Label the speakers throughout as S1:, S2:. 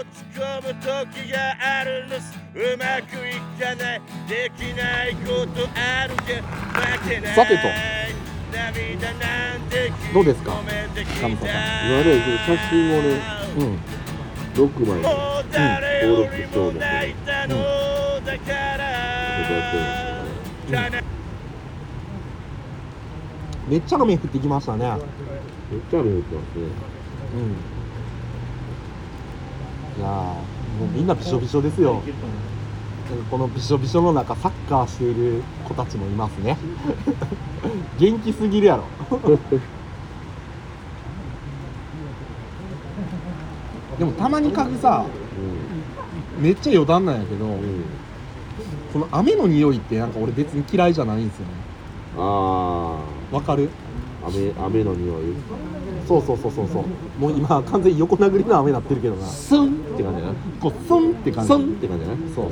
S1: む時があるんですうまくいかないできないことあるけど負けない
S2: さてと
S1: 涙なんて
S2: どうですか
S1: カ
S2: カムサさ
S3: あれ写真をね
S2: んうん
S3: 6枚
S1: も
S3: で
S1: う誰より
S3: 登録してお
S1: も
S3: るんで
S1: 泣いたのだから、
S2: うんめっちゃ雨降ってきましたね
S3: めっちゃ雨降ってますね
S2: うんいやーもうみんなびしょびしょですよこのびしょびしょの中サッカーしている子たちもいますね 元気すぎるやろ でもたまに嗅ぐさめっちゃ余談なんやけど、
S3: うん、うん、
S2: この雨の匂いってなんか俺別に嫌いじゃないんですよね
S3: あ
S2: わかる
S3: あ雨雨の匂い
S2: そうそうそうそうそうもう今完全に横殴りの雨になってるけどな
S3: スンって感じだ
S2: こうスンって
S3: な
S2: 感じ
S3: スンって感じだな
S2: そう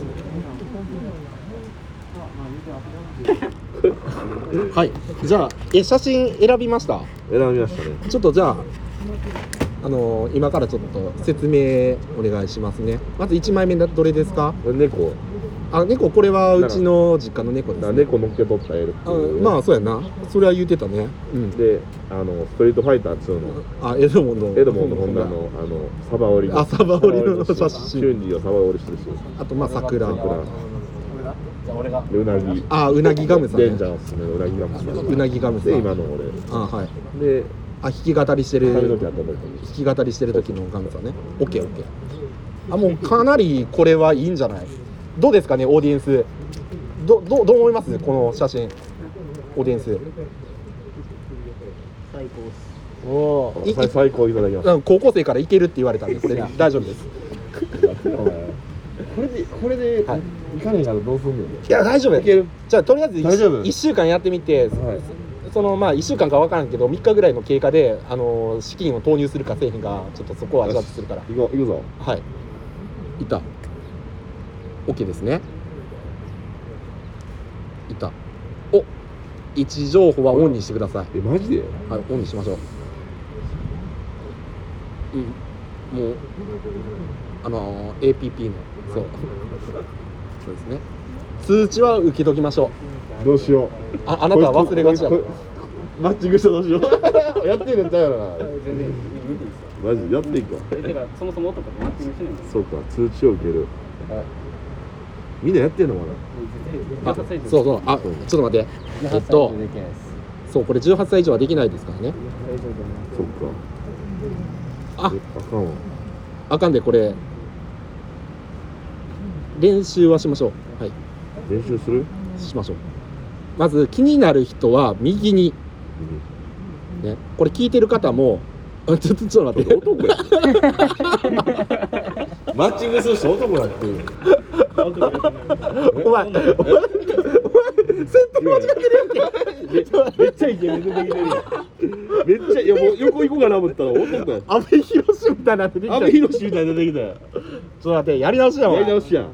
S2: はいじゃあえ写真選びました
S3: 選びましたね
S2: ちょっとじゃああのー今からちょっと説明お願いしますねまず1枚目どれですか
S3: 猫
S2: あ猫これはうちの実家の猫です、
S3: な
S2: ね、
S3: 猫乗っけとったらええ
S2: あまあそうやなそれは言ってたねうん
S3: であのストリートファイター2の
S2: あエドモンド
S3: エドモンド・ホンダのあのサバ折りの
S2: あサバ折りの写真
S3: 瞬時をサバ折りしてる人
S2: あとまあ桜
S3: 桜でうなぎ
S2: あうなぎガムさん、
S3: レン
S2: ね
S3: ジャ、ーおすすめのうなぎがも
S2: うなぎガムさん
S3: で今の俺
S2: あはい
S3: で
S2: あ弾き語りして
S3: 髪の
S2: る
S3: 毛あった時
S2: 弾き語りしてる時のガムさんねオッケーオッケーあもうかなりこれはいいんじゃないどうですかねオーディエンスどどどう思いますこの写真オーディエンスおーいい
S3: 最最高いただきまし
S2: うん高校生からいけるって言われたんでこれ大丈夫です
S3: たこれでこれで、
S2: はい
S3: い、かねえからどうすんのよ
S2: いや大丈夫いけるじゃあとりあえず
S3: 大丈夫
S2: 1, 週間やってみて、
S3: はい
S2: そのまあ1週間か分からんけど3日ぐらいの経過であの資金を投入するかせえへんかちょっとそこはジャッジするから
S3: 行こう行くぞ
S2: はいいた OK ですねいたお位置情報はオンにしてください
S3: えマジで
S2: はい、オンにしましょう。うん、もう、あのー、APP の、そう、そうですね。通知は受けときましょ
S3: どうしよう
S2: う。ああなたは忘れがちだ
S3: こいつこいつマッチングしたらどうしよ うやってるんだよな
S4: 全然無理ですよ
S3: マジやっていくわ
S4: えてかそもそも男とマッチングしないんです
S3: そうか通知を受けるみんなやってんのかな
S2: あそうそう、あ、ちょっと待って。えっと、そう、これ18歳以上はできないですからね。
S3: そっか
S2: あ
S3: えあかんわ
S2: あかんで、これ、練習はしましょう。はい、
S3: 練習する
S2: しましょう。まず、気になる人は右に。ね、これ聞いてる方も、あちょっとちょっと待って、
S3: 男やマッチングする人男やってる
S2: お前、お前、お前、戦闘マジック
S3: めっちゃイケメン出てきてるやんめっちゃいやもう横行こうかな思ったら男や
S2: 阿部寛みたいになってきた。
S3: 阿部寛みたいに出てきた
S2: ち
S3: よ
S2: ょっと待って、やり直しだわ。
S3: やり直しやん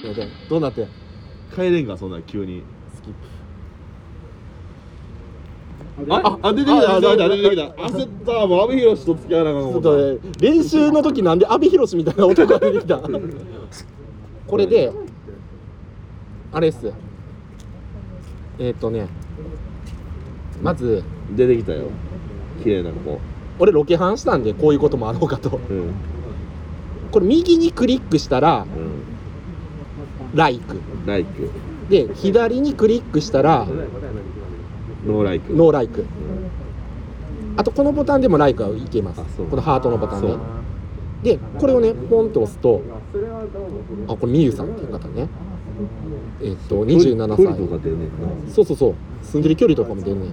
S2: すいませんどうなってん
S3: 帰れんかそんな急に
S2: スキッ
S3: ああ出てきたあ出てきた出てきた焦ったもう阿部寛と付き合わなあかん
S2: プ。ち
S3: 思
S2: ょ
S3: っ
S2: ったと、ね、練習の時なんで阿部寛みたいな男が出てきた。これで、あれっす。えーっとね、まず、
S3: 出てきたよ綺麗な子
S2: 俺ロケハンしたんで、こういうこともあろうかと。
S3: うんうん
S2: これ右にクリックしたら、ライク。
S3: ライク
S2: で、左にクリックしたら、
S3: ノーライク
S2: ノーライク。あとこのボタンでもライクはいけます
S3: あそう。
S2: このハートのボタン
S3: そう
S2: で。で、これをね、ポンと押すと、あ、これみゆさんっていう方ね。えっと、27
S3: 距離とか
S2: 歳。
S3: 出んねんな
S2: そうそうそう。住んでる距離とかも出んねん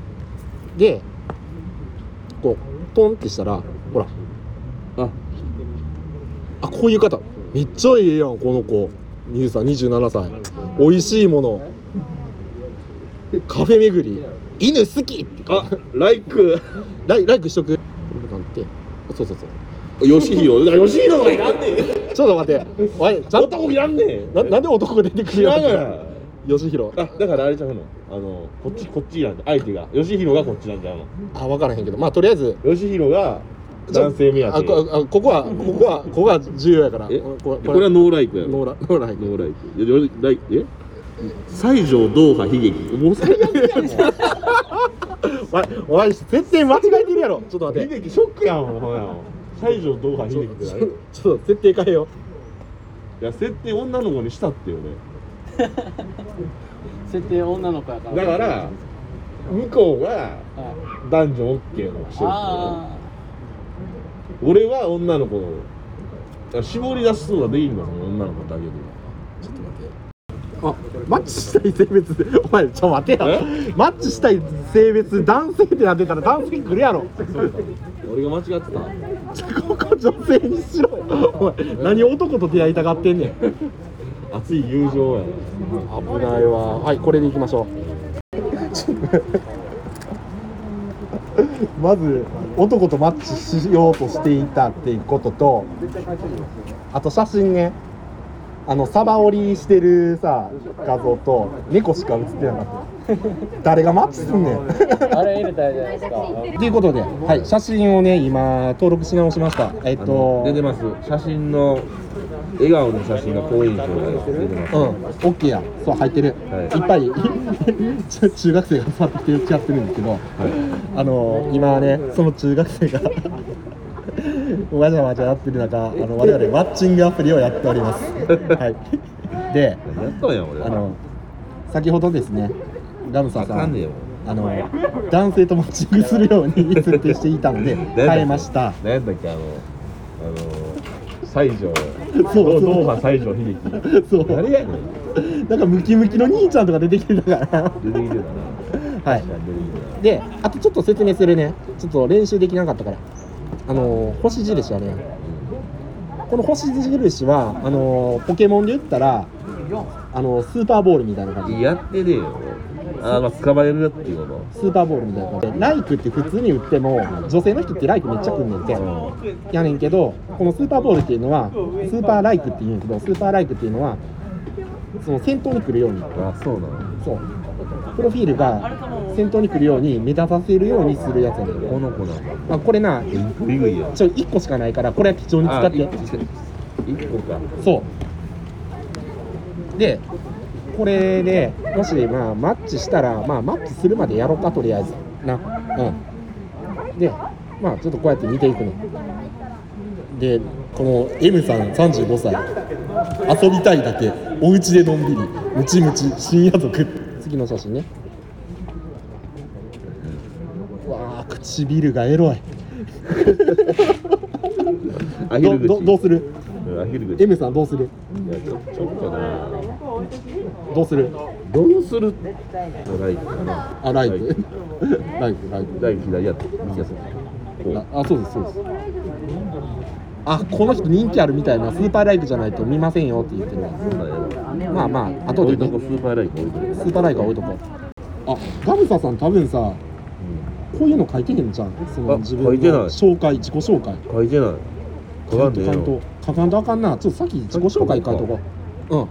S2: で、こう、ポンってしたら、ほら、
S3: あ
S2: あ、こういう方。めっちゃいいやん、この子。みゆさん、27歳。美味しいもの。カフェ巡り。犬好きって
S3: あライク
S2: ライライクしとくってなってそうそうそう
S3: ヨシヒロヨシヒロがいらんねん
S2: ちょっと待っておいちゃんと
S3: 男いらんねん
S2: ななんで男が出てく
S3: 知
S2: る
S3: らんが
S2: よ
S3: な
S2: 吉弘
S3: あだからあれちゃうのあのこっちこっちなんだ相手が吉弘がこっちなんだよ
S2: あ分からへんけどまあとりあえず
S3: 吉弘が男性目当
S2: あ
S3: て
S2: こあここはここはここは重要やから
S3: え
S2: こ
S3: これはノーライクやろ
S2: ノーラノーライ
S3: ノーライクいやよライえ西条ドーハ悲劇もう最悪やんもう
S2: おいおい絶対間違えてるやろちょっと待っ
S3: 悲
S2: て
S3: 劇ショックやんもうほら西条ドーハ悲劇って
S2: ち
S3: あ
S2: ょち
S3: れ
S2: ょっと設定変えよ
S3: いや設定女の子にしたってよね
S4: 設定女の子やから
S3: だから向こうが
S4: はい
S3: 男女 OK の人
S4: あ
S3: 俺は女の子のあ絞り出すのができるんだその女の子だけで
S2: うあマッチしたい性別でお前ちょっと待てや
S3: え
S2: マッチしたい性別男性ってなってたら男性来るやろ
S3: 俺が間違ってた
S2: ここ女性にしろお前何男と出会いたがってんねん
S3: 熱い友情やな
S2: 危ないわはいこれでいきましょうまず男とマッチしようとしていたっていうこととあと写真ねあのサバ折りしてるさ画像と猫しか写ってなかった誰がマッチすんねん
S4: ああれ入れたらいいじゃないですか
S2: ということで、はい、写真をね今登録し直しましたえっ
S3: あの
S2: と
S3: 出てます写真の笑顔の写真が好印象が出てます
S2: うん、オッケーや、そう、入ってる、
S3: はい
S2: い、っぱい 中中学生が座ってやってるんですけど、あの今ね、その中学生がわじゃわじゃやってる中、あの我々マッチングアプリをやっております。はい、で、
S3: やったんや俺
S2: あの先ほどですね、ガムサ
S3: あ
S2: さ
S3: かんねえ
S2: ん
S3: よ、
S2: あの男性とマッチングするように 設定していたので、変えました。
S3: 何やったっけあのあの西条
S2: そう
S3: ドーハ西条悲劇
S2: そう、
S3: 誰やねん
S2: なんかムキムキの兄ちゃんとか出てきてたから。
S3: 出てきてたな
S2: はい
S3: 確かに出てきて
S2: であとちょっと説明するねちょっと練習できなかったからあのー星印はねこの星印はあのーポケモンで言ったらあのースーパーボールみたいな
S3: た
S2: 感
S3: な
S2: じ
S3: やってねえよあまあ捕まれるっていうこ
S2: スーパーボールみたいな感じでライクって普通に売っても女性の人ってライクめっちゃくんねんてやねんけどこのスーパーボールっていうのはスーパーライクって言うんやけどスーパーライクっていうのはその先頭に来るように
S3: とあそうなの
S2: そうプロフィールが先頭に来るように目立たせるようにするやつやねん
S3: この子なの
S2: まあ、これな
S3: えグイグイや
S2: ちょ1個しかないからこれは貴重に使
S3: あ
S2: って
S3: 一一個か
S2: そうでこれでもしまあマッチしたらまあマッチするまでやろうかとりあえずなうんでまあちょっとこうやって見ていくのでこの M さん35歳遊びたいだけお家でのんびりムチムチ深夜族次の写真ねうわあ唇がエロい
S3: アヒ
S2: ど
S3: ル口
S2: どどうする
S3: うんアヒル口
S2: M さんどうする
S3: いやちょちょっとな
S2: どうする
S3: どうするライブかな
S2: あライブ ライブライブ
S3: ライブ左やった右やったこう
S2: あそうですそうですあこの人人気あるみたいなスーパーライブじゃないと見ませんよって言ってるわまあまあ後
S3: 置
S2: で
S3: いと
S2: ね
S3: こスーパーライブ置いとこ
S2: スーパーライブは置いとこうあガムサさん多分さこういうの書いてへんじゃんその
S3: あ
S2: 自分の
S3: 書いてない
S2: 紹介自己紹介
S3: 書いてない書かんでええ
S2: 書かん
S3: の
S2: と書かんとあかんなちょっと先自己紹介書いとこううんはい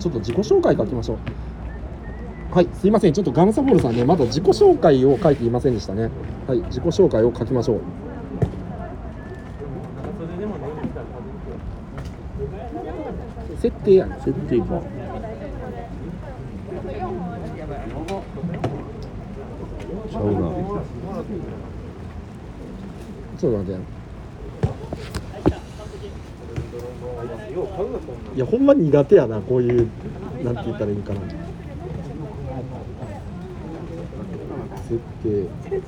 S2: ちょっと自己紹介書きましょうはいすいませんちょっとガムサボールさんねまだ自己紹介を書いていませんでしたねはい自己紹介を書きましょう設定やね
S3: 設定かちゃう
S2: ちょっ
S3: な
S2: と待っていやほんま苦手やなこういうなんて言ったらいいんかな設定ちょ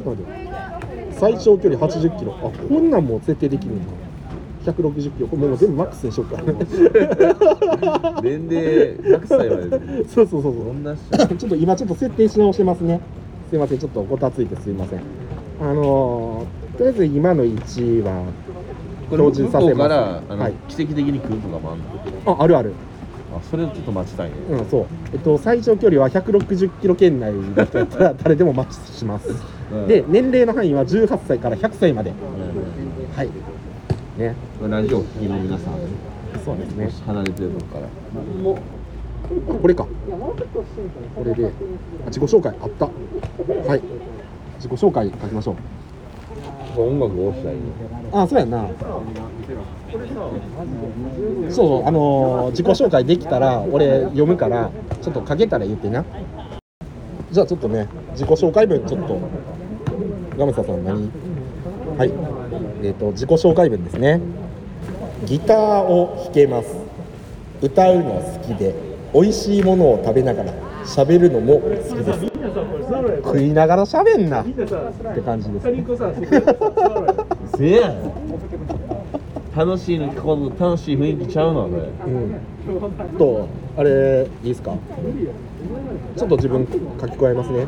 S2: っと待って最小距離80キロあこんなんも設定できるんだ160キロこれもう全部マックスにしようか
S3: 年齢100歳までで
S2: そうそうそうそう
S3: こんなし
S2: ちょっと今ちょっと設定し直してますね。すいません、ちょっとごたついてすいません。あのー、とりあえず今の1は
S3: これ向こうからあの、
S2: はい。
S3: 奇跡的に来るとかもあんの
S2: あ、あるある。
S3: あそれをちょっと待ちたいね
S2: うん、そう。えっと、最長距離は160キロ圏内だったら誰でもマッチします。
S3: うん
S2: で年齢の範囲は18歳から100歳まで、はいね
S3: ラジオを聴きの皆さん、
S2: そうですね
S3: もし離れてるとこから。
S2: これかこれであ自己紹介あったはい自己紹介書きましょう
S3: 音楽をしたいの。
S2: あそうやんなそうそうあのー自己紹介できたら俺読むからちょっと書けたら言ってなじゃあちょっとね自己紹介文ちょっとガムサさん何はいえっ、と自己紹介文ですねギターを弾けます歌うの好きで美味しいものを食べながら喋るのも好きです食いながら喋んなって感じです、ね、
S3: せやん楽しいのこの楽しい雰囲気ちゃうのこれ
S2: うん、とあれいいですかちょっと自分書き加えますね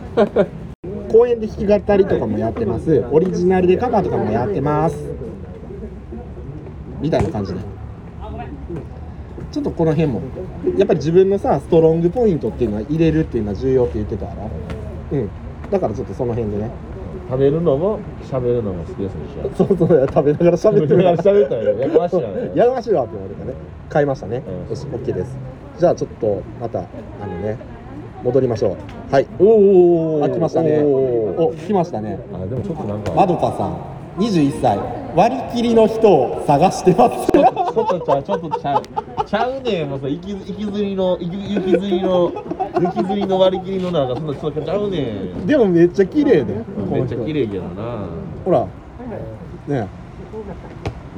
S2: 公園で弾き語りとかもやってますオリジナルでカバーとかもやってますみたいな感じでちょっとこの辺もやっぱり自分のさストロングポイントっていうのは入れるっていうのは重要って言ってたからうんだからちょっとその辺でね
S3: 食べるのも喋るのも好きですね
S2: そうそう食べながら喋ってる
S3: 食べながら喋ったらやかましいな
S2: やかましいわって言われたね買いましたね、
S3: うん
S2: よし OK ですじゃあちょっとまたあのね戻りましょうはい
S3: おお
S2: あ来ましたね
S3: お
S2: お来ましたね
S3: あでもちょっとなんか
S2: まどかさん21歳割り切りの人を探してます
S3: ちょっとちゃうちょっとちゃうちゃうねんもうさ行き行きずりの行き行きずりの行きずりの割り切りのなんかそんなちょっとちゃうねん
S2: でもめっちゃ綺麗で
S3: めっちゃ綺
S2: 麗
S3: 麗けどな
S2: ほらね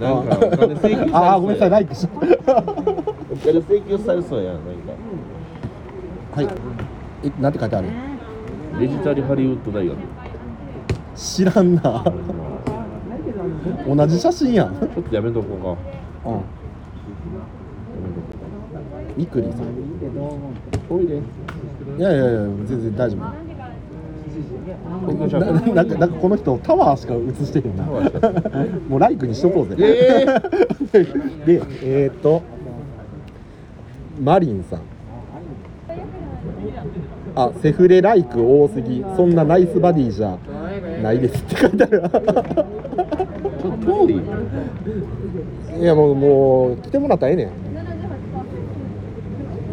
S3: なんかお金請求されそうや
S2: ああーごめんなさいライクしは
S3: お金請求されそうやんなんか
S2: いえなんて書いてある
S3: デジタルハリウッド大学
S2: 知らんな同じ写真やん、うん
S3: ちょっとやめとこうか
S2: みくりさんいやいやいや全然大丈夫なななんかなんかこの人タワーしか映して へんな
S3: タワーしか
S2: もうライクにしとこうぜ、
S3: え
S2: でえー、っとマリンさんあセフレライク多すぎそんなナイスバディじゃないですって書いてある
S3: ちょっといい
S2: いやもうもう来てもらったらええねん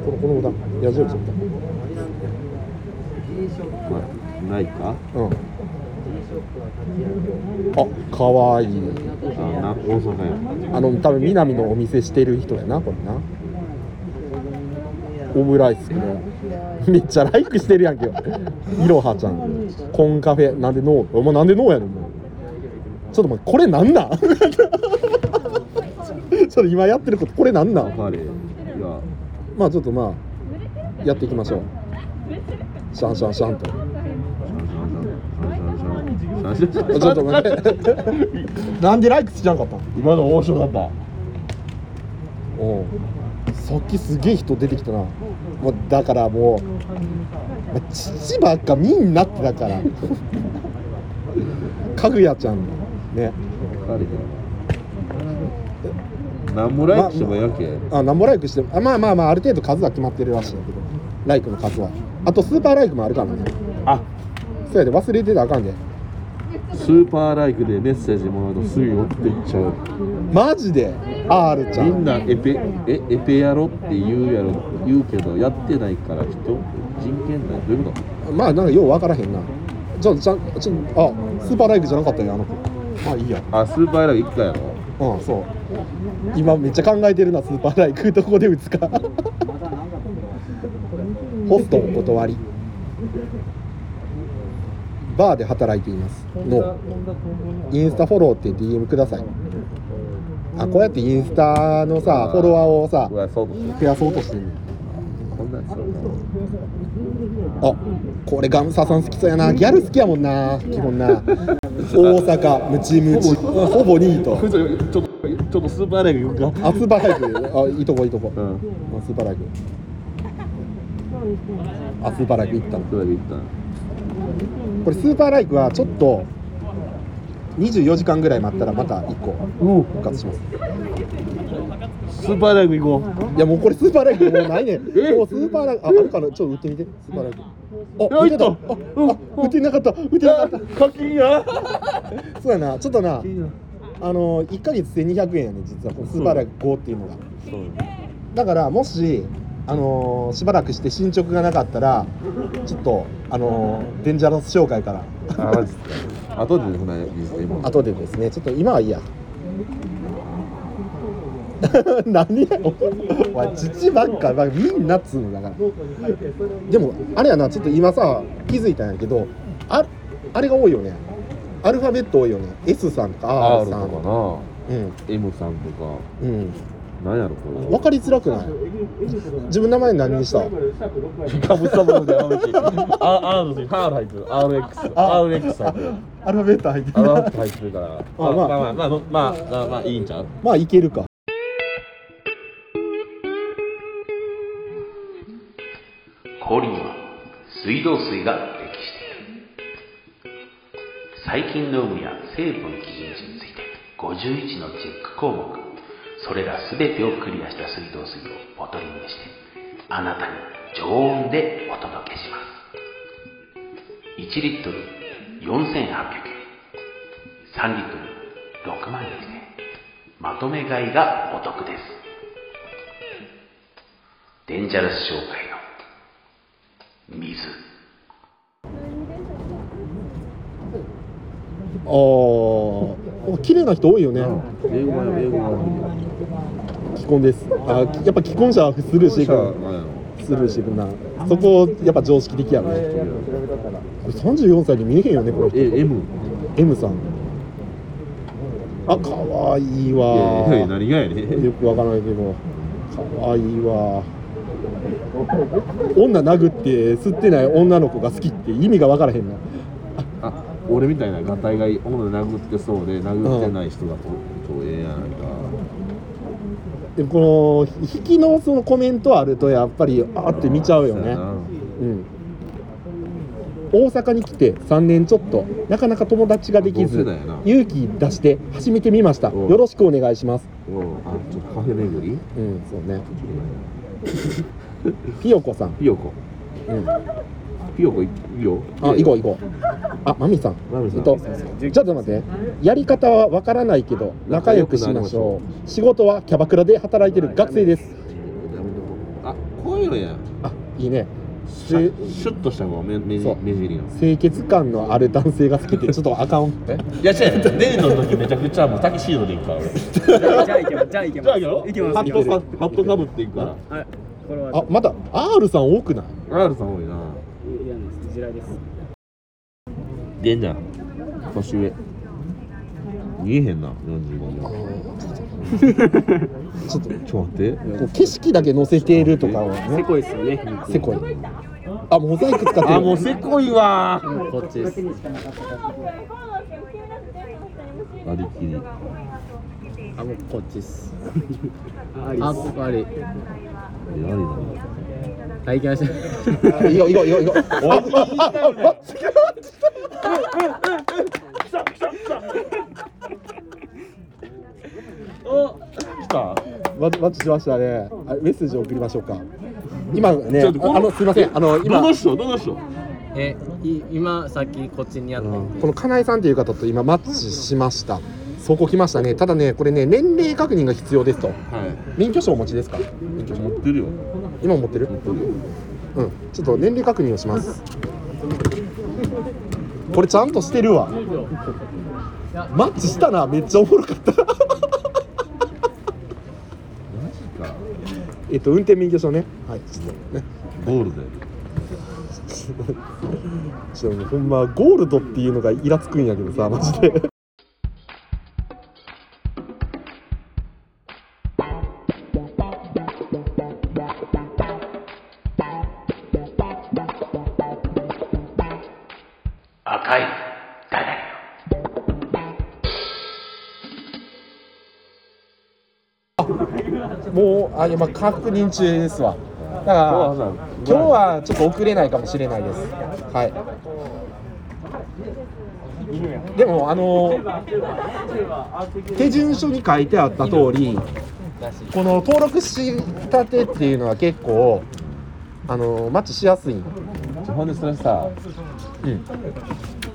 S2: このこの歌矢印みたい
S3: ないか
S2: うん。あ、かわいい。
S3: あな大阪や
S2: あの、多分南のお店してる人やな、これな。オムライスこれ。 めっちゃライクしてるやんけよ。いろはちゃん。コンカフェ、なんでノー、お前なんでノーやねん、もう。ちょっと待って、これなんなん。 ちょっと今やってること、これなんなん。
S3: 彼が
S2: まあ、ちょっとまあ。やっていきましょう。シャンシャンシャン と。あ ちょっと待って。 なんでライクしちゃんかったん。
S3: 今の面白かった
S2: おうさっきすげえ人出てきたなもうだからもう父ばっかみんなってだ からかぐやちゃんね
S3: 何もライクしてもええわけ、
S2: あなんぼライクしてもあまあまあまあある程度数は決まってるらしいんだけどライクの数はあとスーパーライクもあるからねそうやで忘れてたらあかんで
S3: あスーパーライクでメッセージもらうとすぐ寄っていっちゃう
S2: マジで R ちゃ
S3: み
S2: ん
S3: んなエペえエペやろって言うやろ言うけどやってないから人人権ないどういうこと
S2: まあなんかようわからへんなじゃあじゃあちょあスーパーライクじゃなかったよあの子まあいいや
S3: あスーパーライク1回やろ
S2: うんそう今めっちゃ考えてるなスーパーライクど こで打つかホストお断りバーで働いていますのインスタフォローって DM くださいあこうやってインスタのさフォロワーをさ
S3: うわそうとしてる
S2: 増やそうとしてる
S3: こんなんそう
S2: あこれガムサさん好きそうやなギャル好きやもんな基本な大阪ムチムチうんほぼニート
S3: こいつ ちょっとちょっとスーパーライク行くか
S2: あスーパーライクあいいとこいいとこ
S3: うん
S2: あスーパーライク。あ、スーパーライク行ったの。
S3: スーパーライク行っ
S2: これスーパーライクはちょっと。24時間ぐらい待ったらまた1個復活します
S3: たスーパーライク行こう
S2: いやもうこれスーパーライクもうないねんもうスーパーライクああるかなちょっと売ってみてスーパーライクあ、打てた。あ、あ打てなかった。打てなかった。
S3: 課金や
S2: そうやな、ちょっとな、あの一ヶ月で二百円やね、実はこのスーパーライフ5っていうのが。
S3: そう
S2: だからもしあのーしばらくして進捗がなかったらちょっとあのーデンジャラス紹介から
S3: あマジっすか後でですね水今
S2: 後でですねちょっと今はいいや 何やろおい父ばっかまあみんなっつうのだからでもあれやなちょっと今さ気づいたんやけどああれが多いよねアルファベット多いよね S さんとか
S3: R
S2: R さん
S3: とか
S2: うん
S3: な M さんとか
S2: うん
S3: なんやろこれ
S2: 分かりづらくない自分の名前何にした
S3: かぶさぶので山口 R R ですハー入ってる RX
S2: あ
S3: RX 入ってる
S2: アルファベット入って
S3: アラ入ってるから
S2: まあ
S3: まあまあまあまあまあまあいいんちゃう
S2: まあいけるか。
S5: 氷には水道水が適している細菌の有無や成分基準値について51のチェック項目それら全てをクリアした水道水をボトリングしてあなたに常温でお届けします1リットル4800円3リットル6万円まとめ買いがお得ですデンジャラス紹介の水
S2: あーあ、綺麗な人多いよね。
S3: 英語や英語
S2: 既婚です。あ、やっぱ既婚者はスルーしていく
S3: なんやろ
S2: スルーしていくな。そこやっぱ常識的やね。これ三十四歳に見えへんよねこの人。
S3: え M
S2: M さん。あ、可愛いわ。
S3: え 何がやねん
S2: よくわからないけど、可愛いわ。女殴って吸ってない女の子が好きって意味がわからへんな。
S3: あ俺みたいなガタイがいい女殴ってそうで殴ってない人がととええやんか
S2: でもこの引きのそのコメントあるとやっぱりあーって見ちゃうよ
S3: そ
S2: ね
S3: や。な
S2: うん、大阪に来て3年ちょっとなかなか友達ができず
S3: 同世代やな
S2: 勇気出して始めてみました
S3: うん
S2: よろしくお願いします
S3: うんあちょっとカフェ巡り
S2: うんそうねピヨコさん、
S3: ピヨコ
S2: うん、あ
S3: ピヨコいいよ
S2: 行こう行こうあマミさん
S3: マミさん
S2: えっとちょっと待ってねやり方はわからないけど仲良くしましょう仕事はキャバクラで働いてる学生です
S3: あこういうのや
S2: あいいね
S3: シ
S2: せ
S3: ュシュッとした子目目
S2: そう
S3: 目尻の
S2: 清潔感のある男性が好きってちょっとあかん
S3: いや違うデートの時めちゃくちゃもうタキシードで行くから俺
S6: じゃあいけます。じゃあいけ
S3: じゃ
S6: ま
S3: あ
S6: す。
S3: いくよ
S6: いけます。
S3: ハッ
S6: いけ
S3: ト
S6: ます。
S3: かハットかぶっていくか
S6: はい。これは
S2: あまだ R さん多くない
S3: ら R さん多いな
S6: 嫌なんです。地雷です。
S3: でんじゃん年上見えへんな45
S2: ちょっと
S3: ちょっと待って
S2: こう景色だけ載せているとかはね
S6: せこいっすよね。
S2: せこいあモザイク使ってる
S3: あもうせこいわ
S6: こっちです。
S3: 割り切り
S6: あ、もうこっちです。あ、ここあり。
S3: やりな
S6: はい、行きました。
S2: いいよいいよいいよいいよあああ あ
S3: 来た
S2: マッチしましたねあメッセージ送りましょうか今ね
S3: ち
S2: あ
S3: ょっとこの
S2: あのすいませんあの
S3: ど
S2: 今
S3: の人どの人
S6: え、い今、さっきこっちにあ
S2: あ
S6: った
S2: の
S6: んで。
S2: この金井さんという方と今マッチしましたそこ来ましたねただねこれね年齢確認が必要ですと
S3: は
S2: 免許証お持ちですか
S3: い持ってるよ
S2: 今持ってるうんちょっと年齢確認をしますこれちゃんとしてるわマッチしたなめっちゃおもろかった
S3: マジか
S2: えっと運転免許証ねはいちょっとね
S3: ゴールデ
S2: ちょっともうほんまゴールドっていうのがイラつくんやけどさマジで
S5: 赤いダダリの
S2: もうあいやまあ確認中ですわだから今日はちょっと遅れないかもしれないですはいでもあの手順書に書いてあった通りこの登録したてっていうのは結構あのマッチしやすいん
S3: めほんでそれさ、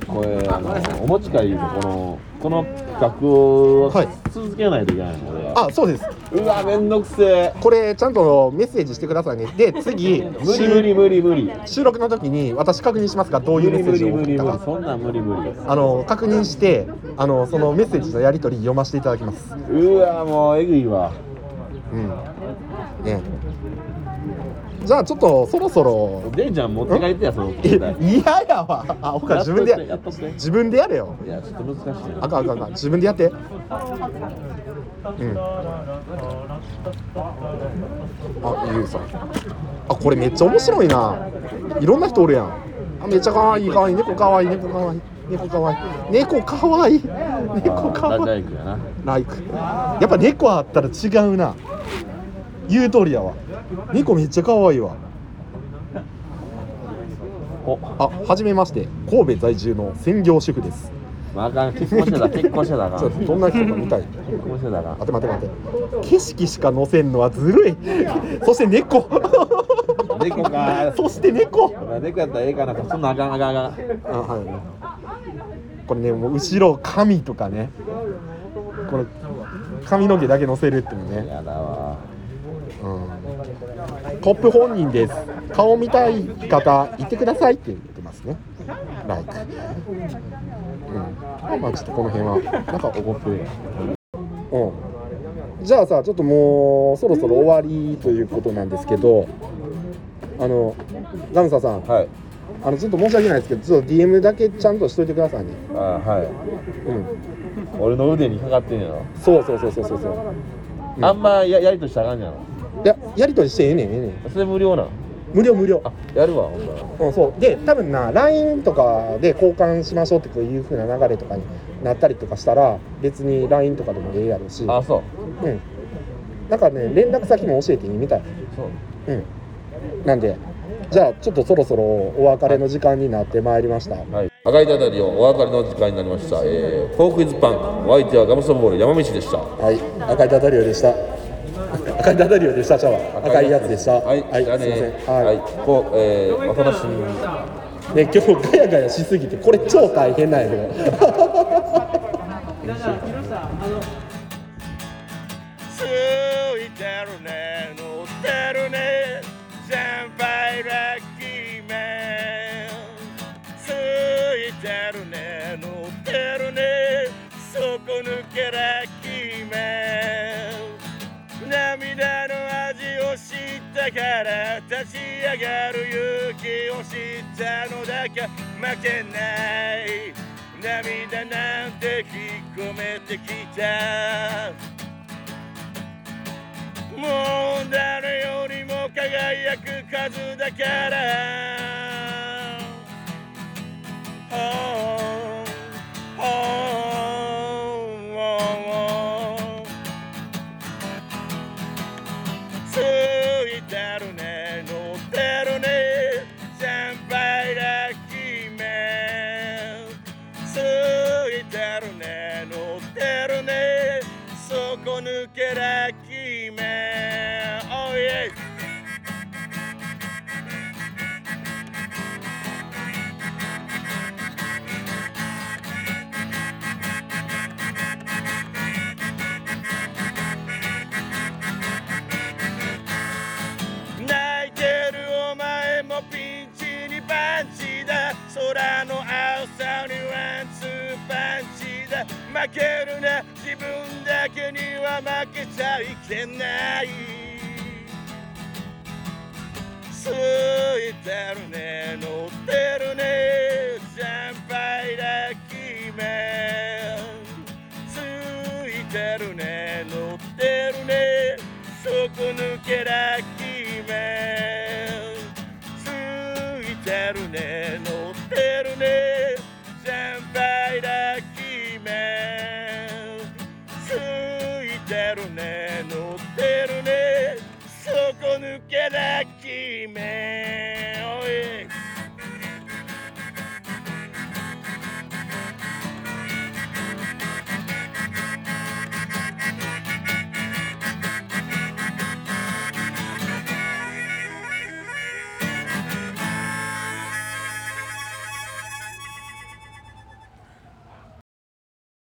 S3: これあのお持ち帰りのこのこの企画を
S2: はい
S3: 続けないといけないので、
S2: あそうです
S3: うわめんどくせえ
S2: これちゃんとメッセージしてくださいねで次
S3: 無理無理無理無理
S2: 収録の時に私確認しますがどういう
S3: 無
S2: メ
S3: 理
S2: ッセ
S3: 無
S2: ージ
S3: 理
S2: を
S3: 無
S2: 送ったか
S3: 理無理そんなん無理無理
S2: あの確認してあのそのメッセージのやり取り読ませていただきます
S3: うわもうえぐいわ
S2: うんねじゃあちょっとそろそろ
S3: デイちゃん持って帰ってやその
S2: え
S3: 携
S2: 嫌
S3: 帯
S2: やわあほか自分
S3: や
S2: で
S3: っとしてやっとし
S2: 自分でやれよ
S3: ていやちょっと難しいな
S2: あかんあかんあかん自分でやってうんあゆうさんあこれめっちゃ面白いないろんな人おるやんあめっちゃかわいいかわいい猫かわいい猫かわいい猫かわいい猫かわいい猫か
S3: あ
S2: わいい
S3: 大工やな
S2: ライクやっぱ猫あったら違うな言う通りやわ猫めっちゃ可愛いわ
S3: お
S2: あはじめまして神戸在住の専業主婦です
S3: まああかん結婚 してた結婚してたあかん
S2: ちょっとどんな人か見たい
S3: 結婚してたあかん
S2: 待て待て待て景色しか載せんのはずるいそして猫
S3: 猫か
S2: そして猫
S3: 猫やったらええかなそんなんあかんあかんあかん
S2: あはいこれねもう後ろ髪とかねこの髪の毛だけ載せるっていうね
S3: やだわ
S2: うんトップ本人です。顔見たい方、いてくださいって言ってますね。ライク。うん。まあ、ちょっとこの辺は、なんかおごってる。うん。じゃあさ、ちょっともう、そろそろ終わりということなんですけど。あの、ラムサさん、
S3: はい
S2: あの、ちょっと申し訳ないですけど、ちょっと D. M. だけちゃんとしといてくださいね。
S3: あはい
S2: うん。
S3: 俺の腕にかかってんやろ、
S2: そうそうそうそうそうそう。うん
S3: あんまややりとしたらあかんやろ
S2: いや、やりとりしてええねん、ええねん。
S3: それ無料なん
S2: 無料無料。
S3: あやるわほんなら
S2: うん、そうで多分な LINE とかで交換しましょうってこういう風な流れとかになったりとかしたら別に LINE とかでもええやろうし
S3: あそう
S2: うんなんかね連絡先も教えていいみたい
S3: そう
S2: うんなんでじゃあちょっとそろそろお別れの時間になってまいりました
S3: はい、赤いたたりをお別れの時間になりました、えー、フォークイズパンお相手はガムソボール山道でした
S2: はい赤いダダリオでした 赤いダダリオでしたじゃあ赤いやつでした
S3: はい、
S2: はい、
S3: じゃあ
S2: すいませ
S3: ね
S2: んはい、
S3: こうえー、お楽しみに
S2: ね今日ガヤガヤしすぎてこれ超大変なんやけど
S1: ついてるね乗ってるね先輩ラッキーメンついてるね乗ってるね底抜けラッキーメン涙の味を知ったから立ち上がる勇気を知ったのだか負けない涙なんて引っ込めてきたもう誰よりも輝く数だから、oh, oh, oh, oh. ついてるね乗ってるね先輩ラッキーメンついてるね乗ってるね底抜けラッキーメン Oh yeah 泣いてるお前もピンチにパンチだ空の青さにワンツーパンチだ負けるな自分だけには負けちゃいけないついてるね乗ってるね先輩ラッキーメンついてるね乗ってるね底抜けラッキーメンついてるね乗ってるね先輩ラッキーメンついてるね乗ってるね底抜けラッキーメン